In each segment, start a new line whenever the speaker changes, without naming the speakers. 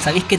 sabéis que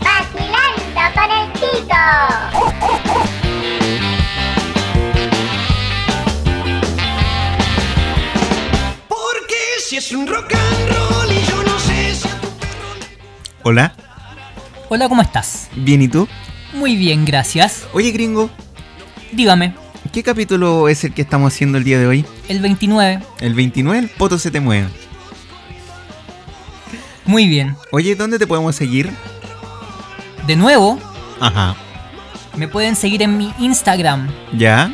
Vacilando con el chico.
Porque si es un rock and roll y yo no sé si a tu perro le
Hola,
Hola, ¿cómo estás?
¿bien y tú?
Muy bien, gracias.
Oye, gringo,
Dígame,
¿qué capítulo es el que estamos haciendo el día de hoy?
el 29.
El 29, el poto se te mueve.
Muy bien.
Oye, ¿dónde te podemos seguir?
De nuevo,
Ajá.
me pueden seguir en mi Instagram,
¿Ya?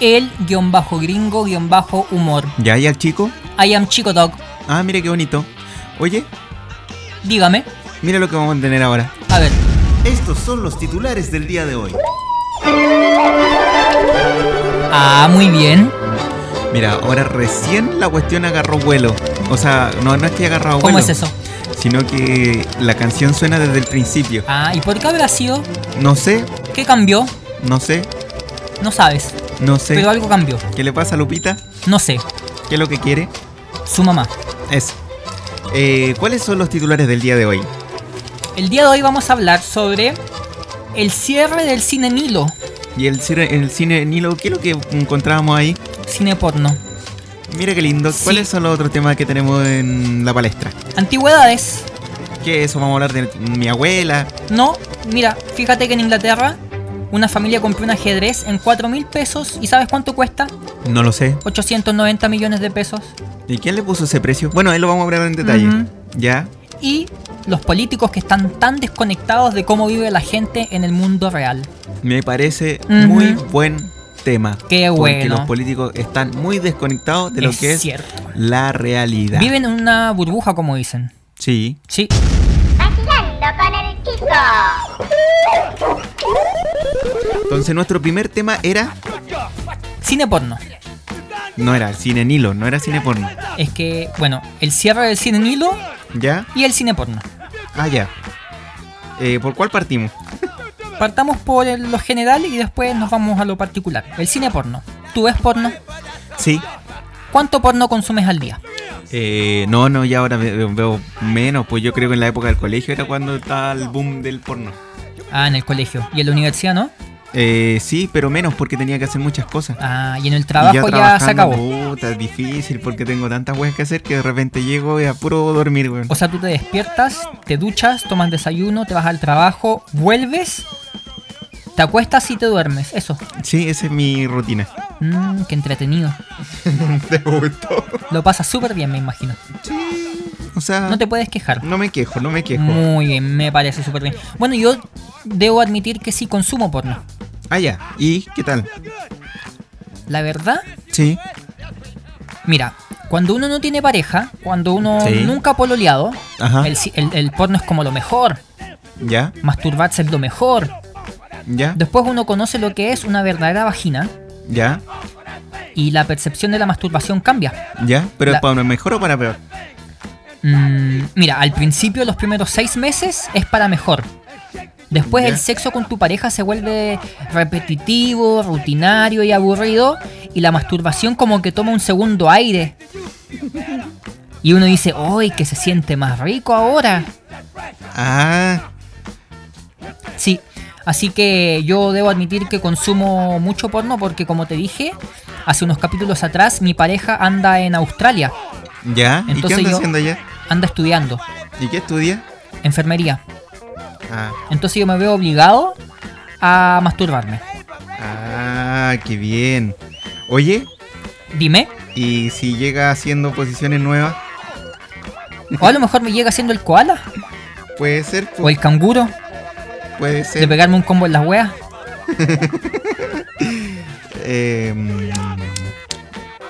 el-gringo-humor.
¿Ya hay al chico?
I am Chico Dog.
Ah, mira qué bonito. Oye,
Dígame,
mira lo que vamos a tener ahora.
a ver,
Estos son los titulares del día de hoy.
ah, muy bien.
Mira, ahora recién la cuestión agarró vuelo. O sea, no, no es que haya agarrado
¿Cómo
vuelo.
es eso?
Sino que la canción suena desde el principio.
Ah, ¿y por qué habrá sido?
No sé,
¿Qué cambió?
no sé,
No sabes,
no sé.
pero algo cambió.
¿Qué le pasa a Lupita?
No sé,
¿Qué es lo que quiere?
su mamá.
Eso. Eh, ¿Cuáles son los titulares del día de hoy?
El día de hoy vamos a hablar sobre el cierre del cine Nilo,
Y el cine, el cine Nilo, ¿qué es lo que encontrábamos ahí?
cine porno.
Mira qué lindo.
Sí.
¿Cuáles son los otros temas que tenemos en la palestra?
Antigüedades.
¿Qué es eso? Vamos a hablar de mi abuela.
No, mira, fíjate que en Inglaterra una familia compró un ajedrez en 4 mil pesos y ¿sabes cuánto cuesta?
No lo sé.
890 millones de pesos.
¿Y quién le puso ese precio? Bueno, ahí lo vamos a hablar en detalle.
Ujú.
¿Ya?
Y los políticos que están tan desconectados de cómo vive la gente en el mundo real.
Me parece
Ujú.
muy buen tema.
Qué
Porque
bueno.
los políticos están muy desconectados de lo
Es
que es
cierto.
la realidad.
Viven en una burbuja, como dicen.
Sí.
Sí,
Vacilando con el chico.
Entonces nuestro primer tema era...
cine porno.
No era cine Nilo, no era cine porno.
Es que, bueno, el cierre del cine Nilo
¿Ya?
y el cine porno.
Ah, ya. Eh, ¿Por cuál partimos?
Partamos por el- lo general y después nos vamos a lo particular. El cine porno. ¿Tú ves porno?
Sí.
¿Cuánto porno consumes al día?
Eh, no, no, ya ahora ve- veo, menos. Pues yo creo que en la época del colegio era cuando estaba el boom del porno.
Ah, en el colegio. ¿Y en la universidad no?
Eh, sí, pero menos porque tenía que hacer muchas cosas.
Ah, y en el trabajo
Y
ya, se
trabajando,
acabó.
Puta, es difícil porque tengo tantas weas que hacer que de repente llego y a puro dormir, weón.
O sea, tú te despiertas, te duchas, tomas desayuno, te vas al trabajo, vuelves, te acuestas y te duermes. Eso.
Sí, esa es mi rutina.
Mmm, qué entretenido.
¿Te gustó?
Lo pasas súper bien, me imagino.
O sea,
No
no, Mm.
te puedes quejar.
me quejo, no me quejo.
Muy bien, me parece súper bien. Bueno, yo debo admitir que sí consumo porno.
Ah, ya. ¿Y qué tal?
La verdad,
Sí.
mira, cuando uno no tiene pareja, cuando uno
Sí.
nunca ha pololeado,
Ajá.
el, ci- el- el porno es como lo mejor.
¿Ya?
Masturbarse es lo mejor.
¿Ya?
Después uno conoce lo que es una verdadera vagina
¿Ya?
y la percepción de la masturbación cambia.
¿Ya? ¿Pero
La-
es para mejor o para peor?
Mm, mira, al principio los primeros seis meses es para mejor. Después
Ya.
el sexo con tu pareja se vuelve repetitivo, rutinario y aburrido y la masturbación como que toma un segundo aire. Y uno dice, ¡ay, que se siente más rico ahora!
Ah,
Sí, así que yo debo admitir que consumo mucho porno porque como te dije, hace unos capítulos atrás mi pareja anda en Australia,
¿ya? ¿Y qué
Entonces
anda
yo-
haciendo allá?
anda estudiando
¿Y qué estudia?
enfermería.
Ah,
Entonces yo me veo obligado a masturbarme.
Ah, qué bien. Oye,
Dime.
¿y si llega haciendo posiciones nuevas?
O a lo mejor me llega haciendo el koala
Puede ser, pu-
o el canguro
puede
de
ser.
pegarme un combo en las weas.
Eh, mm,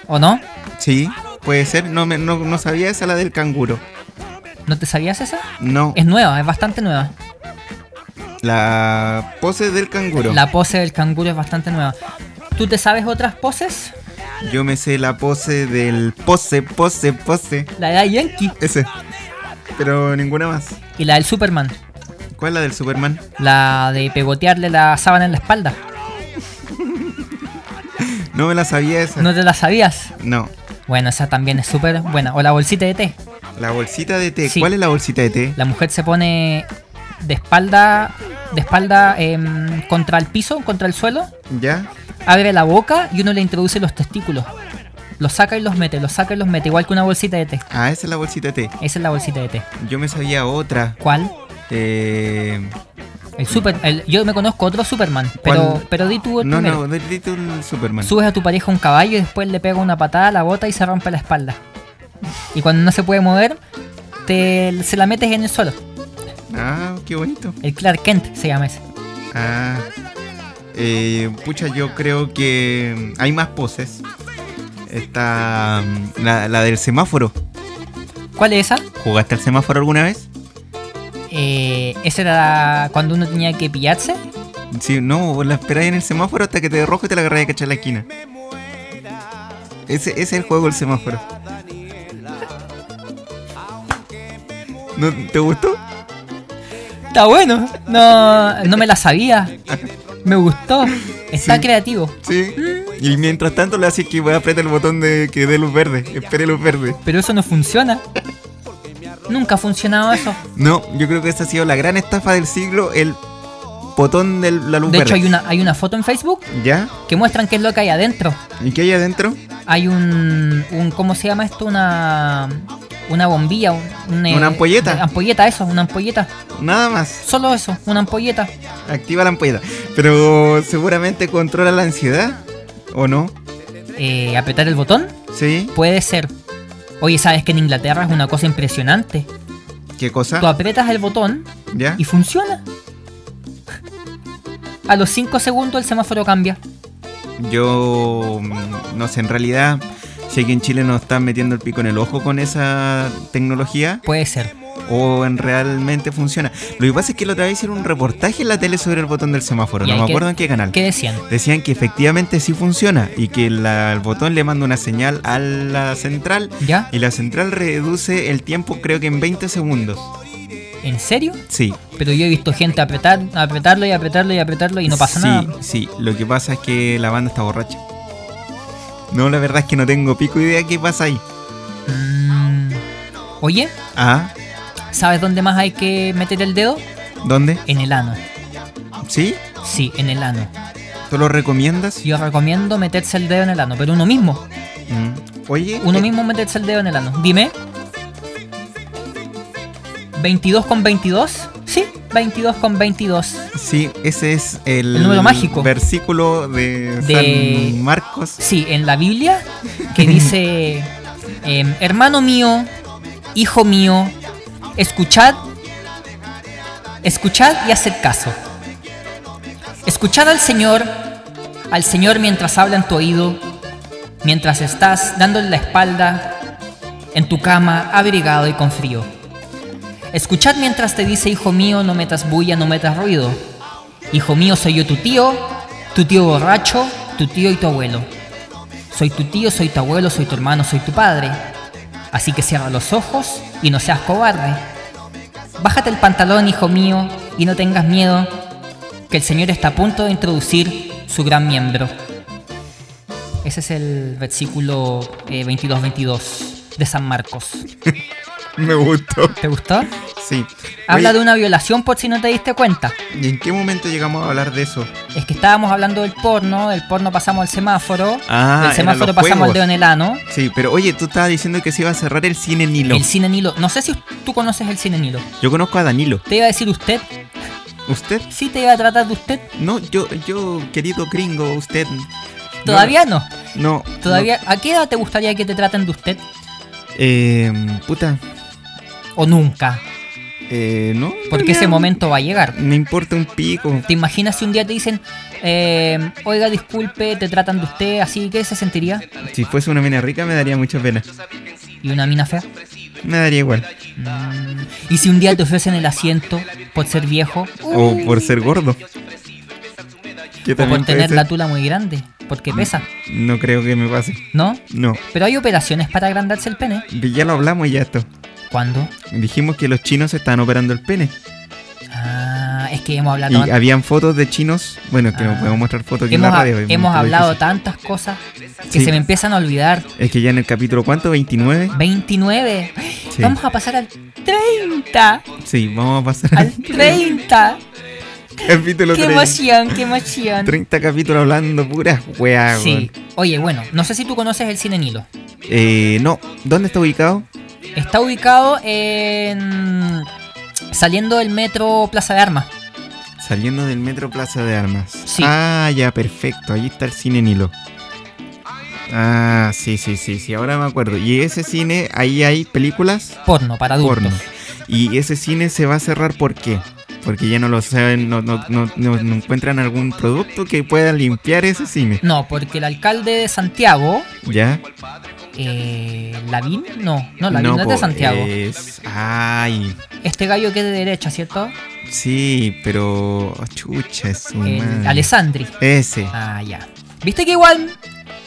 ¿O no?
sí, puede ser. No, me, no, no sabía esa la del canguro.
¿No te sabías esa?
No,
Es nueva, es bastante nueva.
la pose del canguro.
La pose del canguro es bastante nueva. ¿Tú te sabes otras poses?
Yo me sé la pose del pose, pose, pose.
La de Yankee
Ese. Pero ninguna más.
y la del Superman.
¿Cuál es la del Superman?
La de pegotearle la sábana en la espalda.
No me la sabía esa.
¿No te la sabías?
No.
Bueno, esa también es súper buena. O la bolsita de té.
La bolsita de té.
Sí.
¿Cuál es la bolsita de té?
La mujer se pone de espalda, de espalda em, contra el piso, contra el suelo,
¿Ya?
abre la boca y uno le introduce los testículos. Los saca y los mete, los saca y los mete, igual que una bolsita de té.
Ah, esa es la bolsita de té.
Esa es la bolsita de té.
Yo me sabía otra.
¿Cuál?
Eh,
El super, el- yo me conozco otro Superman, pero,
¿Cuál?
pero di tú el
no,
Pues primero.
no, del tú el Superman.
Subes a tu pareja un caballo y después le pega una patada, la bota y se rompe la espalda. Y cuando no se puede mover, te, se la metes en el suelo.
ah, qué bonito.
El Clark Kent se llama ese.
Ah. Eh, pucha, yo creo que hay más poses. Está mm, la, la del semáforo.
¿Cuál es esa?
¿Jugaste al semáforo alguna vez?
Eh, esa era cuando uno tenía que pillarse.
Sí, no, vos la esperáis en el semáforo hasta que te dé rojo y te la agarráis a cachar la esquina. Ese, ese es el juego del semáforo. ¿No, ¿Te gustó?
Está bueno. No, no me la sabía. Me gustó. Está
Sí.
creativo.
Sí. Y mientras tanto le haces que voy a apretar el botón de que dé luz verde. Espere luz verde.
Pero eso no funciona. Nunca ha funcionado eso.
No, yo creo que esta ha sido la gran estafa del siglo, el botón de la luz
De
verde.
hecho, hay una, hay una foto en Facebook
¿Ya?
que muestran qué es lo que hay adentro.
¿Y qué hay adentro?
hay un, un ¿cómo se llama esto? Una una bombilla, un- un, eh,
¿Una ampolleta?
Ampolleta, eso, una ampolleta.
Nada más.
Solo eso, una ampolleta.
Activa la ampolleta. Pero seguramente controla la ansiedad. ¿O no?
Eh, apretar el botón
¿Sí?
puede ser. Oye, sabes que en Inglaterra es una cosa impresionante.
¿Qué
Tú
cosa?
aprietas el botón
¿Ya?
y funciona. A los 5 segundos el semáforo cambia.
Yo mm, no sé, en realidad sé que en Chile nos están metiendo el pico en el ojo con esa tecnología
Puede ser.
o en realmente funciona. Lo que pasa es que la otra vez hicieron un reportaje en la tele sobre el botón del semáforo,
¿Y
no
ahí
me
qué-
acuerdo en qué canal.
¿Qué decían?
Decían que efectivamente sí funciona y que la- el botón le manda una señal a la central
¿Ya?
y la central reduce el tiempo creo que en 20 segundos.
¿En serio?
Sí,
Pero yo he visto gente apretar, apretarlo y apretarlo y apretarlo y no pasa
sí,
nada.
Sí, lo que pasa es que la banda está borracha. No, la verdad es que no tengo pico idea qué pasa ahí.
Mm. Oye,
Ah,
¿Sabes dónde más hay que meter el dedo?
¿dónde?
En el ano.
¿Sí?
Sí, en el ano.
¿Tú lo recomiendas?
Yo recomiendo meterse el dedo en el ano, pero uno mismo.
Mm. Oye,
Uno
eh,
mismo meterse el dedo en el ano. Dime. 22 con 22. Sí, 22 con 22.
Sí, ese es el,
El número mágico.
versículo de,
De-
San Marcos.
Sí, en la Biblia que dice, em, hermano mío, hijo mío, escuchad, escuchad y haced caso. Escuchad al Señor, al Señor mientras habla en tu oído, mientras estás dándole la espalda en tu cama, abrigado y con frío. Escuchad mientras te dice, hijo mío, no metas bulla, no metas ruido. Hijo mío, soy yo tu tío, tu tío borracho, tu tío y tu abuelo. Soy tu tío, soy tu abuelo, soy tu hermano, soy tu padre. Así que cierra los ojos y no seas cobarde. Bájate el pantalón, hijo mío, y no tengas miedo, que el Señor está a punto de introducir su gran miembro. Ese es el versículo 22-22 de San Marcos.
Me gustó.
¿Te gustó?
Sí.
Habla
Oye,
de una violación por si no te diste cuenta.
¿Y en qué momento llegamos a hablar de eso?
Es que estábamos hablando del porno, del porno pasamos al semáforo,
Ah,
del
eran
semáforo
los
pasamos al
juegos.
dedo en el ano,
Sí, pero oye, tú estabas diciendo que se iba a cerrar el cine Nilo.
el cine Nilo. No sé si tú conoces el cine Nilo.
Yo conozco a Danilo.
Te iba a decir usted,
¿Usted?
sí te iba a tratar de usted.
No, yo, yo, querido gringo, usted
Todavía no.
No.
Todavía. ¿A qué edad te gustaría que te traten de usted?
no. Eh, puta.
O nunca.
Eh, no.
Porque
en
ese
realidad
momento va a llegar.
Me importa un pico.
¿Te imaginas si un día te dicen, eh, oiga, disculpe, te tratan de usted, así que se sentiría?
Si fuese una mina rica me daría mucha pena.
¿Y una mina fea? Mm.
Me daría igual.
¿Y si un día te ofrecen el asiento por ser viejo?
O por ser gordo.
O por
Que Oh, pues, también puede
tener
ser. Mm.
la tula muy grande, porque pesa,
No creo que me pase.
¿no?
No.
Pero hay operaciones para agrandarse el pene.
Ya lo hablamos ya esto.
¿Cuándo?
Dijimos que los chinos estaban operando el pene.
Ah, es que hemos
Y
hablado, tan-
habían fotos de chinos. Bueno, es que no
Ah.
podemos mostrar fotos aquí en
hemos,
la
ha-
radio. es
hemos
muy
hablado
difícil.
tantas cosas que
Sí.
se me empiezan a olvidar.
Es que ya en el capítulo, ¿cuánto? ¿29?
29.
Sí.
Vamos a pasar al 30.
Sí, vamos a pasar
Al 30.
capítulo
qué
30.
emoción, qué emoción.
30 capítulos hablando puras weas,
Sí.
weón.
Oye, bueno, no sé si tú conoces el cine Nilo.
Eh, no, ¿dónde está ubicado?
Está ubicado en. saliendo del metro Plaza de Armas.
Saliendo del metro Plaza de Armas.
Sí.
Ah, ya, perfecto. Ahí está el cine Nilo. Ah, sí, sí, sí, sí, ahora me acuerdo. Y ese cine, ahí hay películas
Porno para adultos.
porno. Y ese cine se va a cerrar, ¿por qué? Porque ya no lo saben, no, no, no, no- no encuentran algún producto que pueda limpiar ese cine.
No, porque el alcalde de Santiago.
¿Ya?
Eh, ¿Lavín? No, no, Lavín no, es de
po, eh,
Santiago.
pues, es- Ay,
Este gallo que es de derecha, ¿cierto?
sí, pero... oh, Chucha, es su
El
madre.
Alessandri.
Ese,
Ah, ya. ¿Viste que igual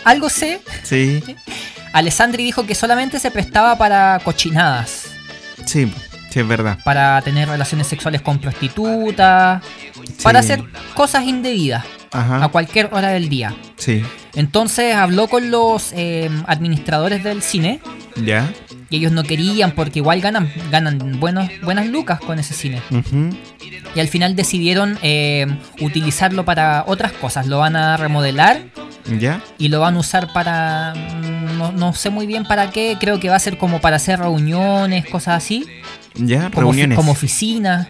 algo sé?
sí,
Alessandri dijo que solamente se prestaba para cochinadas.
sí, sí, es verdad.
Para tener relaciones sexuales con prostitutas. Para
Sí. Ah.
hacer Ah. cosas indebidas. A
Ajá,
cualquier hora del día.
sí,
Entonces habló con los eh, administradores del cine
ya.
y ellos no querían porque igual ganan, ganan buenos, buenas lucas con ese cine.
ujú.
Y al final decidieron eh, utilizarlo para otras cosas. Lo van a remodelar
¿Ya?
y lo van a usar para... mm, No, no sé muy bien para qué. Creo que va a ser como para hacer reuniones, cosas así.
¿Ya?
Como, ofi-
Reuniones.
como oficina.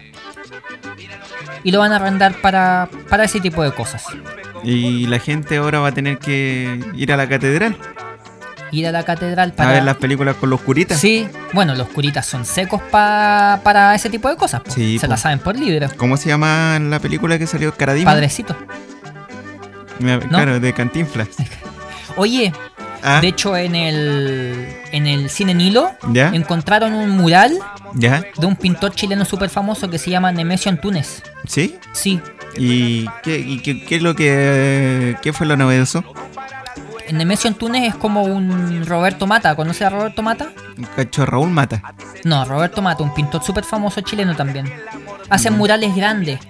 Y lo van a arrendar para, para ese tipo de cosas.
y la gente ahora va a tener que ir a la catedral
Ir a la catedral para...
a ver las películas con los curitas.
Sí, bueno, los curitas son secos pa- para ese tipo de cosas. po.
Sí,
Se
po.
la saben por libre.
¿Cómo se llama la película que salió? Caradima.
Padrecito.
Me- Claro, de Cantinflas.
Oye,
Ah,
de hecho en el en el cine Nilo
¿Ya?
encontraron un mural
¿Ya?
de un pintor chileno súper famoso que se llama Nemesio Antunes.
¿Sí?
Sí,
¿Y qué, y qué, qué es lo que... ¿Qué fue lo novedoso?
Nemesio Antunes es como un Roberto Mata. ¿Conoces a Roberto Mata?
Cacho Raúl Mata.
No, Roberto Mata, un pintor súper famoso chileno también. Hacen murales grandes.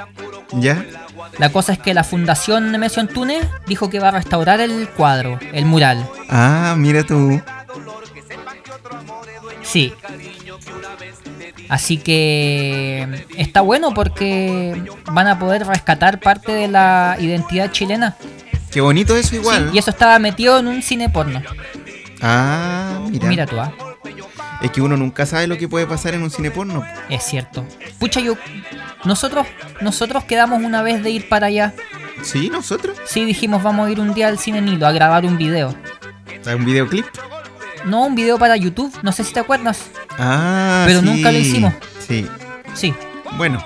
¿Ya?
La cosa es que la fundación Nemesio Antunes dijo que va a restaurar el cuadro, el mural.
Ah, mira tú.
Sí. Así que está bueno porque van a poder rescatar parte de la identidad chilena.
Qué bonito eso
Sí,
igual.
y eso estaba metido en un cine porno.
Ah, mira.
Mira tú, ah,
Es que uno nunca sabe lo que puede pasar en un cine porno.
es cierto. Pucha, yo. Nosotros, nosotros quedamos una vez de ir para allá.
Sí, nosotros.
Sí, dijimos, vamos a ir un día al cine Nilo a grabar un video.
¿Hay un videoclip?
No, un video para YouTube, no sé si te acuerdas.
Ah,
Pero
sí.
nunca lo hicimos.
Sí.
Sí.
Bueno,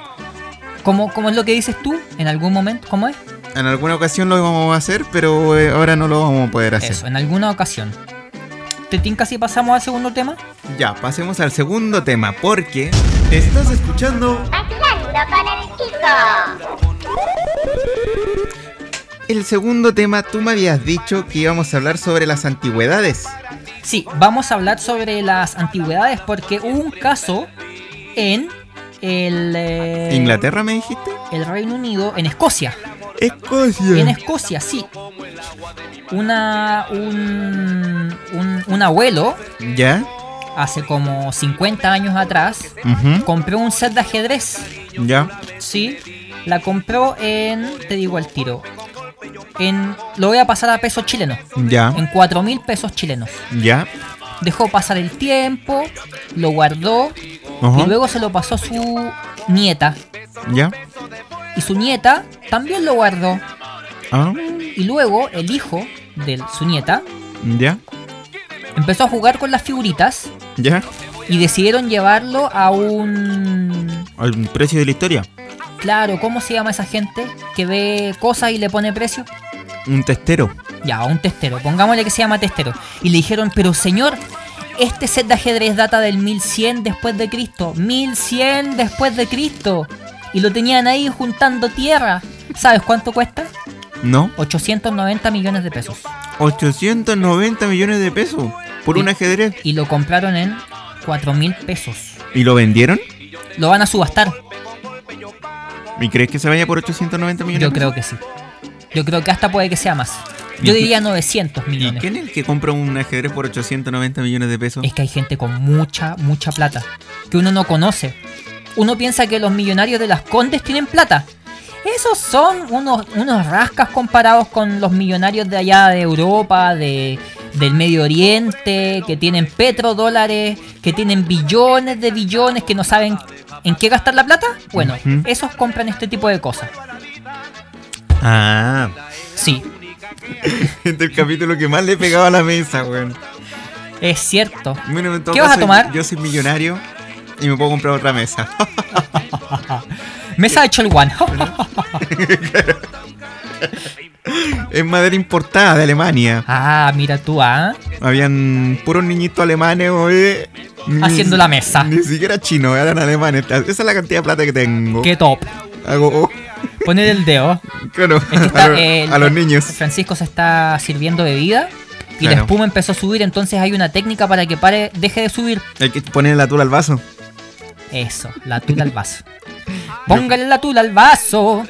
¿Cómo, ¿Cómo es lo que dices tú en algún momento? ¿Cómo es?
en alguna ocasión lo íbamos a hacer, pero eh, ahora no lo vamos a poder hacer.
Eso, en alguna ocasión. ¿Te tinca si pasamos al segundo tema?
Ya, pasemos al segundo tema, porque
Estás escuchando
Vacilando con el chico.
el segundo tema tú me habías dicho que íbamos a hablar sobre las antigüedades.
Sí, vamos a hablar sobre las antigüedades porque hubo un caso en el, eh,
¿Inglaterra me dijiste?
el Reino Unido, en Escocia. En
Escocia.
Escocia, sí. Una, un, un, un abuelo,
¿Ya?
hace como 50 años atrás,
Ujú,
compró un set de ajedrez.
¿Ya?
Sí, la compró en, te digo al tiro, en, lo voy a pasar a pesos chilenos,
¿Ya?
en 4 mil pesos chilenos.
¿Ya?
Dejó pasar el tiempo, lo guardó
Ajá,
y luego se lo pasó a su nieta.
¿Ya?
Y su nieta también lo guardó.
Ah,
Y luego el hijo de su nieta,
¿Ya?
empezó a jugar con las figuritas
¿Ya?
y decidieron llevarlo a un...
Al precio de la historia.
Claro, ¿cómo se llama esa gente que ve cosas y le pone precio?
Un testero.
Ya, a un testero, pongámosle que se llama testero. Y le dijeron, pero señor, este set de ajedrez data del 1100 después de Cristo. 1100 después de Cristo. Y lo tenían ahí juntando tierra. ¿Sabes cuánto cuesta?
¿No?
890 millones de pesos.
890 millones de pesos por
Sí.
un ajedrez.
Y lo compraron en 4 mil pesos.
¿Y lo vendieron?
Lo van a subastar.
¿Y crees que se vaya por 890 millones?
Yo creo que sí. Yo creo que hasta puede que sea más. Yo diría 900
¿Y
millones.
quién es el que compra un ajedrez por 890 millones de pesos?
es que hay gente con mucha, mucha plata, que uno no conoce. Uno piensa que los millonarios de las Condes tienen plata. Esos son unos, unos rascas comparados con los millonarios de allá de Europa, de, del Medio Oriente, que tienen petrodólares, que tienen billones de billones, que no saben en qué gastar la plata. Bueno,
Ujú.
esos compran este tipo de cosas.
Ah,
Sí,
Este es el capítulo que más le pegaba a la mesa, weón.
es cierto.
Bueno, en todo
¿Qué vas a
caso,
tomar?
Yo soy millonario y me puedo comprar otra mesa.
Mesa de Cholwan.
es madera importada de Alemania.
ah, mira tú, ¿ah?
Habían puros niñitos alemanes, oye. Ni-
Haciendo la mesa.
Ni siquiera chinos, eran alemanes. Esa es la cantidad de plata que tengo.
Qué top.
Hago. oh,
Poner el dedo.
claro,
Es que
a,
está
lo-
el-
a los niños.
Francisco se está sirviendo bebida y la
Claro.
espuma empezó a subir, entonces hay una técnica para que pare, deje de subir.
Hay que poner la tula al vaso.
Eso, la tula al vaso. Póngale la tula al vaso.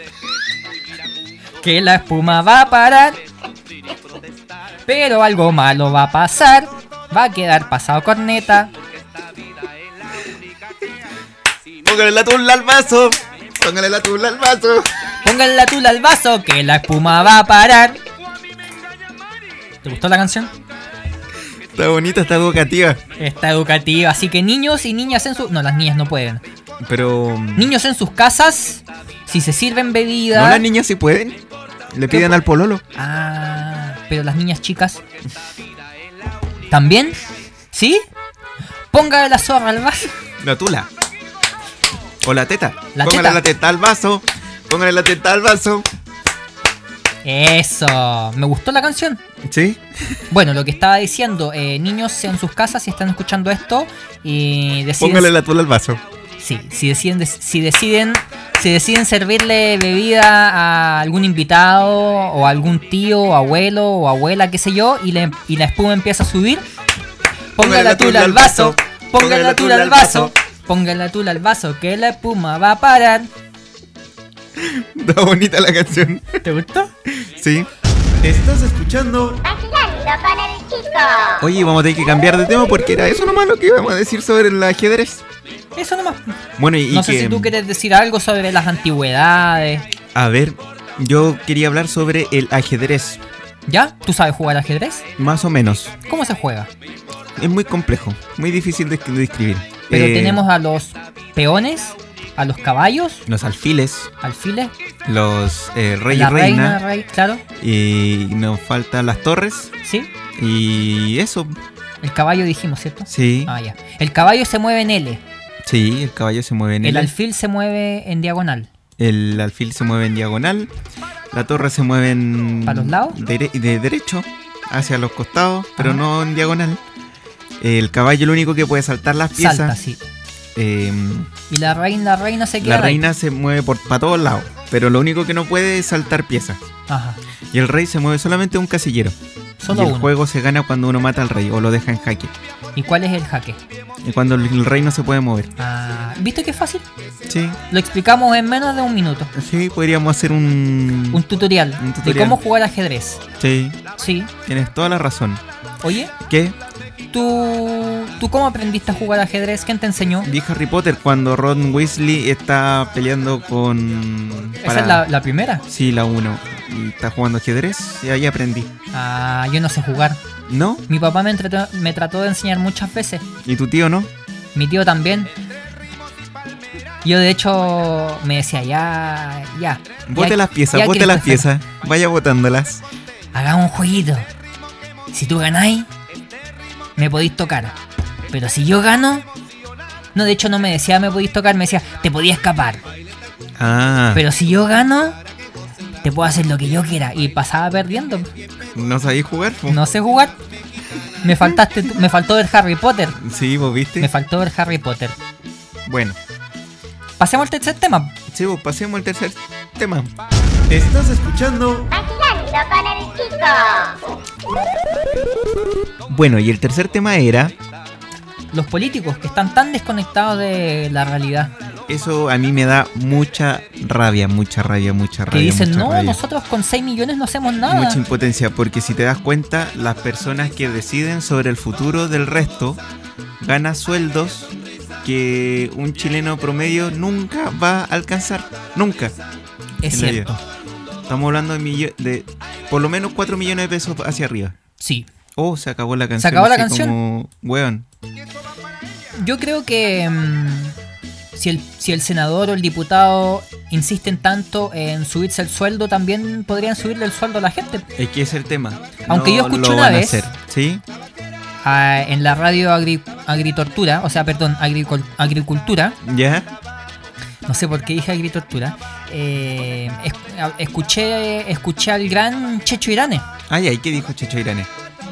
Que la espuma va a parar. Pero algo malo va a pasar. Va a quedar pasado corneta.
Póngale la tula al vaso. Póngale la tula al vaso.
Póngale la tula al vaso que la espuma va a parar. ¿Te gustó la canción?
Está bonita, está educativa.
Está educativa, así que niños y niñas en su... No, las niñas no pueden.
Pero. ¿No
Niños en sus casas, si se sirven bebida.
las niñas si pueden? Le piden al pololo.
ah, pero las niñas chicas. ¿También? ¿Sí? Ponga la zorra al vaso.
La tula. O la teta.
La
Póngale
teta.
la teta al vaso. Póngale la teta al vaso.
Eso, me gustó la canción.
¿Sí?
Bueno, lo que estaba diciendo, eh, niños en sus casas, si están escuchando esto, y deciden.
Póngale la tula al vaso.
Sí, si deciden, des- si deciden, si deciden servirle bebida a algún invitado o a algún tío, o abuelo o abuela, qué sé yo, y, le- y la espuma empieza a subir, ponga la tula al vaso, ponga la tula al vaso, ponga la tula al vaso, que la espuma va a parar.
Está bonita la canción.
¿Te gustó?
Sí. Estás escuchando.
Vacilando con el chico.
Oye, vamos a tener que cambiar de tema porque era eso nomás lo que íbamos a decir sobre el ajedrez.
Eso nomás.
bueno, y, y
No sé
que-
si tú quieres decir algo sobre las antigüedades.
A ver, yo quería hablar sobre el ajedrez,
¿Ya? ¿Tú sabes jugar ajedrez?
más o menos.
¿Cómo se juega?
Es muy complejo, muy difícil de, de describir.
Pero
Eh,
tenemos a los peones, a los caballos,
los alfiles,
alfiles,
los eh, rey y
la
reina,
rey, claro.
y nos faltan las torres
¿Sí?
y eso.
El caballo dijimos, ¿cierto?
Sí,
Ah, ya. El caballo se mueve en L.
sí, el caballo se mueve en
El
el,
alfil se mueve en diagonal.
el alfil se mueve en diagonal, la torre se mueve en
¿Para los lados?
dere- de derecho hacia los costados, pero no en diagonal. El caballo lo único que puede saltar las piezas.
Salta, sí.
em,
Y la reina, la reina se queda.
La
ahí.
reina se mueve por para todos lados, pero lo único que no puede es saltar piezas.
Ajá.
Y el rey se mueve solamente un casillero.
Solo
y el
uno.
juego se gana cuando uno mata al rey o lo deja en jaque.
¿Y cuál es el jaque?
Y cuando el- el rey no se puede mover.
Ah, ¿Viste qué fácil?
Sí,
Lo explicamos en menos de un minuto.
sí, podríamos hacer un...
Un tutorial,
Un
de
tutorial.
cómo jugar ajedrez.
Sí,
Sí.
tienes toda la razón.
Oye,
¿Qué?
¿tú, ¿tú cómo aprendiste a jugar ajedrez? ¿Quién te enseñó?
Vi Harry Potter cuando Ron Weasley está peleando con...
Esa es la, la primera.
Sí, la 1. Y está jugando ajedrez y ahí aprendí.
Ah, yo no sé jugar.
¿No?
Mi papá me, entretó- me trató de enseñar muchas veces.
¿Y tu tío no?
Mi tío también. Yo de hecho me decía, ya, ya.
Bote
ya-
las piezas,
ya,
bote las
Christopher,
piezas. Vaya botándolas.
Hagamos un jueguito. si tú ganáis, me podéis tocar. Pero si yo gano, no, de hecho no me decía me podéis tocar, me decía te podía escapar.
Ah,
Pero si yo gano, te puedo hacer lo que yo quiera. Y pasaba perdiendo.
¿No sabéis jugar? po?
No sé jugar. Me faltaste, tú- me faltó ver Harry Potter.
Sí, vos viste.
Me faltó ver Harry Potter.
Bueno,
Pasemos al tercer tema.
sí, vos pasemos al tercer tema.
Estás escuchando
Vacilando con el chico.
bueno, y el tercer tema era,
Los políticos que están tan desconectados de la realidad.
Eso a mí me da mucha rabia, mucha rabia, mucha
Que
rabia.
dicen,
mucha
no,
rabia.
nosotros con 6 millones no hacemos nada.
Mucha impotencia, porque si te das cuenta, las personas que deciden sobre el futuro del resto ganan sueldos que un chileno promedio nunca va a alcanzar. Nunca.
es
en la vida.
cierto.
Estamos hablando de, millo- de por lo menos 4 millones de pesos hacia arriba.
Sí.
Oh, se acabó la canción.
acabó la
así
canción.
Como, weón.
Yo creo que mm, si, el, si el senador o el diputado insisten tanto en subirse el sueldo, también podrían subirle el sueldo a la gente.
Es que es el tema.
Aunque yo escuché
lo
una
van a
vez-
hacer, ¿Sí?
Ah, en la radio agri- agritortura, o sea, perdón, agricol- agricultura,
¿Ya?
no sé por qué dije agricultura, eh, es- a- escuché, escuché al gran Checho Irane
Ay, ay, ¿qué dijo Checho Irane?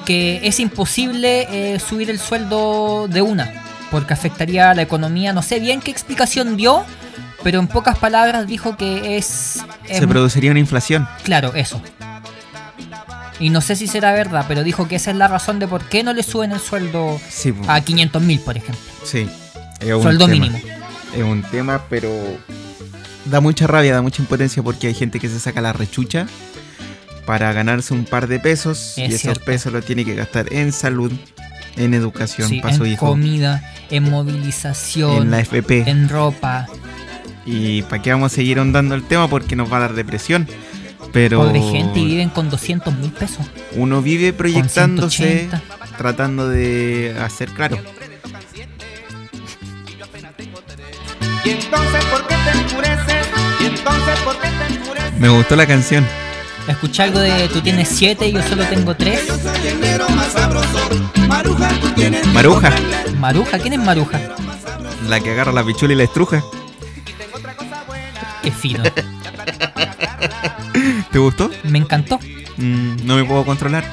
que es imposible eh, subir el sueldo de una, porque afectaría a la economía. No sé bien qué explicación dio, pero en pocas palabras dijo que es... es
Se produciría una inflación.
claro, eso. Y no sé si será verdad, pero dijo que esa es la razón de por qué no le suben el sueldo
Sí, po.
a 500 mil, por ejemplo.
sí. Es un
Ah, Sueldo
tema.
mínimo.
Es un tema, pero da mucha rabia, da mucha impotencia porque hay gente que se saca la rechucha para ganarse un par de pesos
Es
y esos
cierto.
pesos los tiene que gastar en salud, en educación
Sí,
para su
en
hijo,
comida, en movilización,
en la FP.
en ropa.
Y para qué vamos a seguir ahondando el tema porque nos va a dar depresión. Pero
Pobre gente y viven con 200 mil pesos.
uno vive proyectándose,
180.
tratando de hacer claro.
Y entonces, ¿por qué te enfureces? Y entonces, ¿por qué te enfureces?
Me gustó la canción.
Escuché algo de tú tienes 7 y yo solo tengo 3.
Soy el negro más sabroso. Maruja, tú tienes que
Maruja,
Maruja, ¿quién es Maruja?
la que agarra la pichula y la estruja.
Qué fino.
¿Te gustó?
Me encantó.
Mm, no me puedo controlar.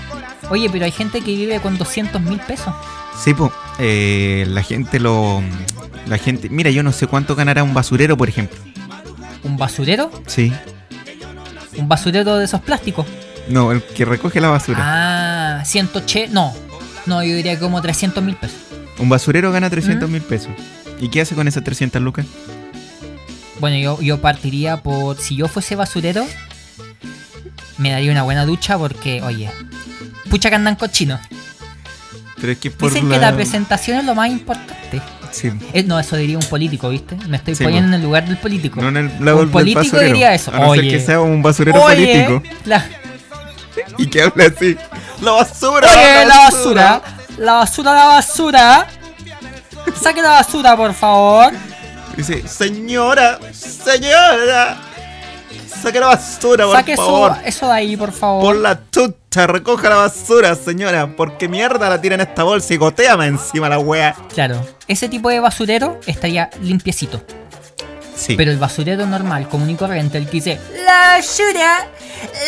Oye, pero hay gente que vive con 200 mil pesos.
Sí, po, eh, la gente lo. La gente. Mira, yo no sé cuánto ganará un basurero, por ejemplo.
¿Un basurero?
Sí.
¿Un basurero de esos plásticos?
No, el que recoge la basura.
Ah, 180. No. No, yo diría que como 300 mil pesos.
Un basurero gana
¿Mm?
300 mil pesos. ¿Y qué hace con esas 300 lucas?
Bueno, yo, yo partiría por. Si yo fuese basurero, me daría una buena ducha porque, oye. Pucha que andan cochinos.
Pero es que por
Dicen que la presentación es lo más importante.
Sí.
Eh, no, eso diría un político, ¿viste? Me estoy
Sí,
poniendo
pues.
en el lugar del político.
No en el lado
Un
del
político
basurero.
diría eso.
A no ser
Oye.
que sea un basurero
Oye,
político.
la-
Y que habla así. ¡La basura!
Oye, la basura, la basura, la basura. Saque la basura, por favor.
Dice, señora, señora. Saque la basura, por
Saque
favor.
eso, eso de ahí, por
Por
favor.
la chucha, recoja la basura, señora. Porque mierda la tira en esta bolsa y goteame encima la wea.
Claro, ese tipo de basurero estaría limpiecito.
Sí.
Pero el basurero normal, común y corriente, el que dice: La basura,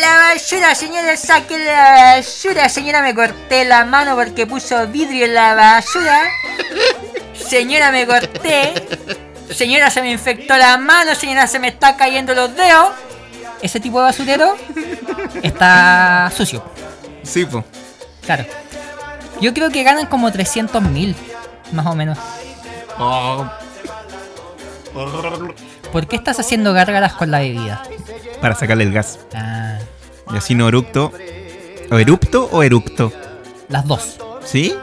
la basura, señora, saque la basura. Señora, me corté la mano porque puso vidrio en la basura. Señora, me corté. Señora, se me infectó la mano. Señora, se me está cayendo los dedos. Ese tipo de basurero está sucio.
sí, po.
Claro. Yo creo que ganan como 300 mil, más o menos. Oh. ¿Por qué estás haciendo gárgaras con la bebida?
Para sacarle el gas.
Ah,
Y así no eructo. ¿O erupto o eructo?
las dos.
¿Sí?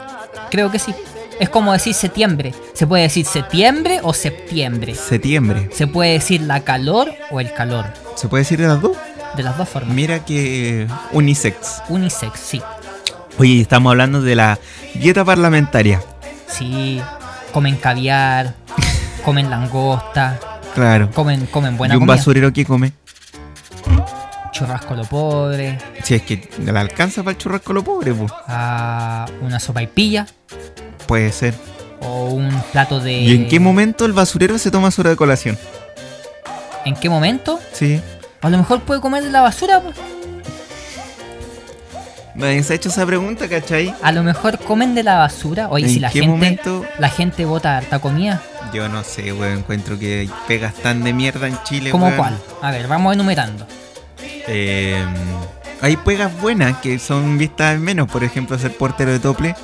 Creo que sí. Es como decir septiembre. Se puede decir septiembre o septiembre.
Septiembre.
Se puede decir la calor o el calor.
¿Se puede decir de las dos?
De las dos formas.
Mira que unisex.
Unisex, sí.
Oye, y estamos hablando de la dieta parlamentaria.
Sí. Comen caviar, comen langosta,
Claro.
comen, comen buena
y un
comida.
basurero que come.
churrasco a lo pobre,
Si es que la alcanza para el churrasco lo pobre, pues.
a una sopaipilla
Puede ser.
o un plato de...
¿Y en qué momento el basurero se toma su hora de colación?
¿En qué momento?
Sí.
A lo mejor puede comer de la basura. po.
Nadie se ha hecho esa pregunta, ¿cachai?
A lo mejor comen de la basura. Oye,
¿En
si la
qué
gente,
momento?
la gente bota harta comida.
Yo no sé, weón. Encuentro que hay pegas tan de mierda en Chile,
¿Cómo
weón.
cuál? A ver, vamos enumerando.
Eh, hay pegas buenas que son vistas en menos. Por ejemplo, ser portero de tople.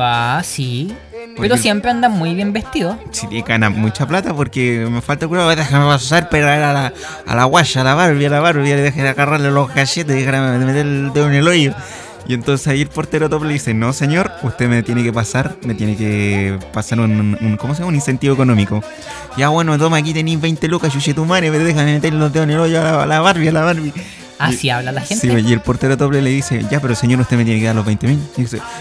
Va, sí. Pero
Porque-
siempre andan muy bien vestidos.
Si te gana mucha plata porque me falta cuidado, déjame pasar, pegar a la, a la guaya, a la Barbie, a la Barbie, déjame agarrarle los galletes, déjame meter el dedo en el hoyo. Y entonces ahí el portero top le dice, no señor, usted me tiene que pasar, me tiene que pasar un, un- ¿cómo se llama? Un incentivo económico. Ya bueno, toma, aquí tenéis 20 lucas, yuye tu madre, pero déjame meter los dedos en el hoyo a la, a la Barbie, a la Barbie. Y-
Así habla la gente.
Sí, y el portero doble le dice, ya, pero señor, usted me tiene que dar los 20 mil.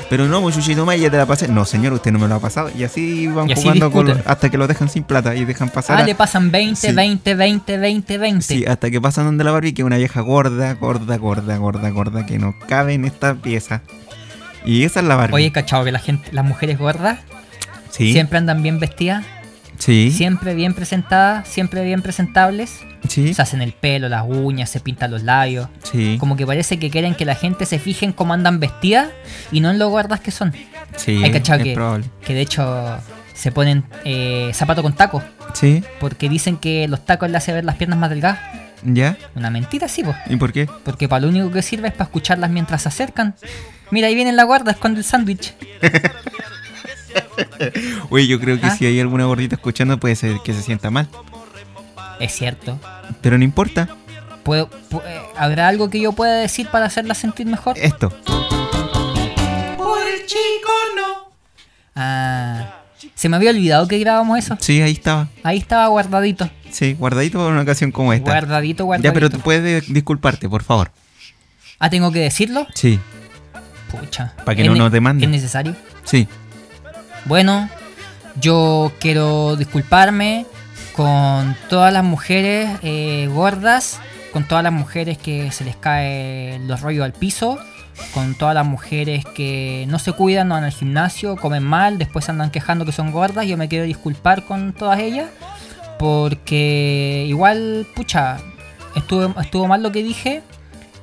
Pero no, Yushito Maya te la pasé. No, señor, usted no me lo ha pasado. Y así van
Y así
jugando con
discuten.
los- hasta que los dejan sin plata y dejan pasar.
ah,
a-
le pasan 20,
Sí.
20, 20, 20, 20.
sí, hasta que pasan donde la Barbie, que es una vieja gorda, gorda, gorda, gorda, gorda, que no cabe en esta pieza. Y esa es la Barbie.
Oye, cachao, que la gente, las mujeres gordas
sí,
siempre andan bien vestidas,
sí,
siempre bien presentadas, siempre bien presentables.
sí,
Se hacen el pelo, las uñas, se pintan los labios.
sí,
Como que parece que quieren que la gente se fije en cómo andan vestidas y no en lo gordas que son.
sí,
Hay cachao
es
que,
probable.
que de hecho se ponen eh, zapato con tacos
Sí,
porque dicen que los tacos le hacen ver las piernas más delgadas.
¿ya?
Una mentira, sí, pues.
¿Y por qué?
Porque para lo único que sirve es para escucharlas mientras se acercan. Mira, ahí viene la guarda, esconde el sándwich.
Oye, yo creo que
Ah.
si hay alguna gordita escuchando puede ser que se sienta mal.
Es cierto.
Pero no importa,
¿Puedo, pu- eh, ¿Habrá algo que yo pueda decir para hacerla sentir mejor?
esto.
Ah, se me había olvidado que grabamos eso.
Sí, ahí estaba.
Ahí estaba guardadito.
Sí, guardadito para una ocasión como esta.
Guardadito, guardadito.
Ya, pero tú puedes disculparte, por favor.
Ah, ¿tengo que decirlo?
Sí,
Pucha.
Pa' que
¿Es
no
ne-
nos demanden.
¿Es necesario?
sí.
Bueno, yo quiero disculparme con todas las mujeres eh, gordas, con todas las mujeres que se les caen los rollos al piso, con todas las mujeres que no se cuidan, no van al gimnasio, comen mal, después andan quejando que son gordas. Yo me quiero disculpar con todas ellas porque igual, pucha, estuvo, estuvo mal lo que dije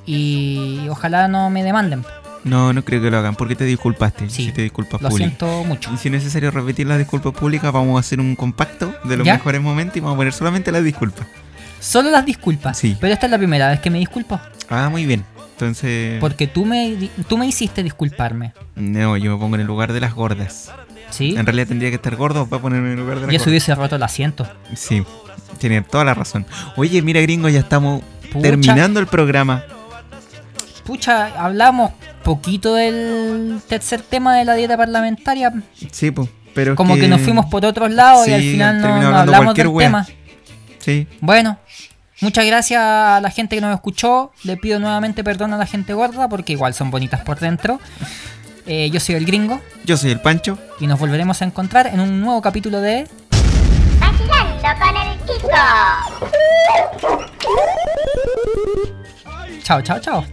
y ojalá no me demanden.
No, no creo que lo hagan. ¿Por qué te disculpaste?
Sí,
si te disculpas
Lo
público.
siento mucho.
Y si es necesario repetir las disculpas públicas, vamos a hacer un compacto de los
¿Ya?
mejores momentos y vamos a poner solamente las disculpas.
Solo las disculpas,
Sí.
pero esta es la primera vez que me disculpo.
Ah, muy bien. Entonces,
Porque tú me, di- tú me hiciste disculparme,
no, yo me pongo en el lugar de las gordas.
¿sí?
En realidad tendría que estar gordo para ponerme en el lugar de las
Yo se
gordas.
hubiese roto el asiento.
Sí, tiene toda la razón. Oye, mira, gringo, ya estamos
Pucha.
terminando el programa.
Pucha, hablamos poquito del tercer tema de la dieta parlamentaria.
Sí, pues. Pero es
Como que, nos fuimos por otros lados y
Sí,
al final no,
terminó
no
hablando
hablamos
cualquier
del
wea.
tema.
Sí,
Bueno, muchas gracias a la gente que nos escuchó. Le pido nuevamente perdón a la gente gorda porque igual son bonitas por dentro. Eh, yo soy el gringo
yo soy el Pancho.
y nos volveremos a encontrar en un nuevo capítulo de...
Vacilando con el chico.
Chao, chao, chao.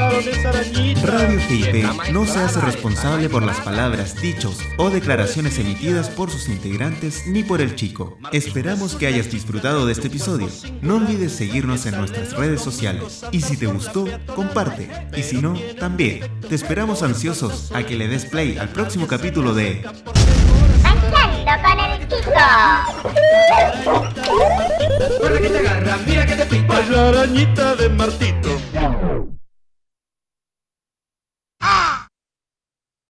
Radio GIP no se hace responsable por las palabras, dichos o declaraciones emitidas por sus integrantes ni por el chico. Esperamos que hayas disfrutado de este episodio. No olvides seguirnos en nuestras redes sociales. Y si te gustó, comparte. Y si no, también. Te esperamos ansiosos a que le des play al próximo capítulo de
Vacilando con el chico.
Mira que te agarra, mira que te pica.
la arañita de Martito.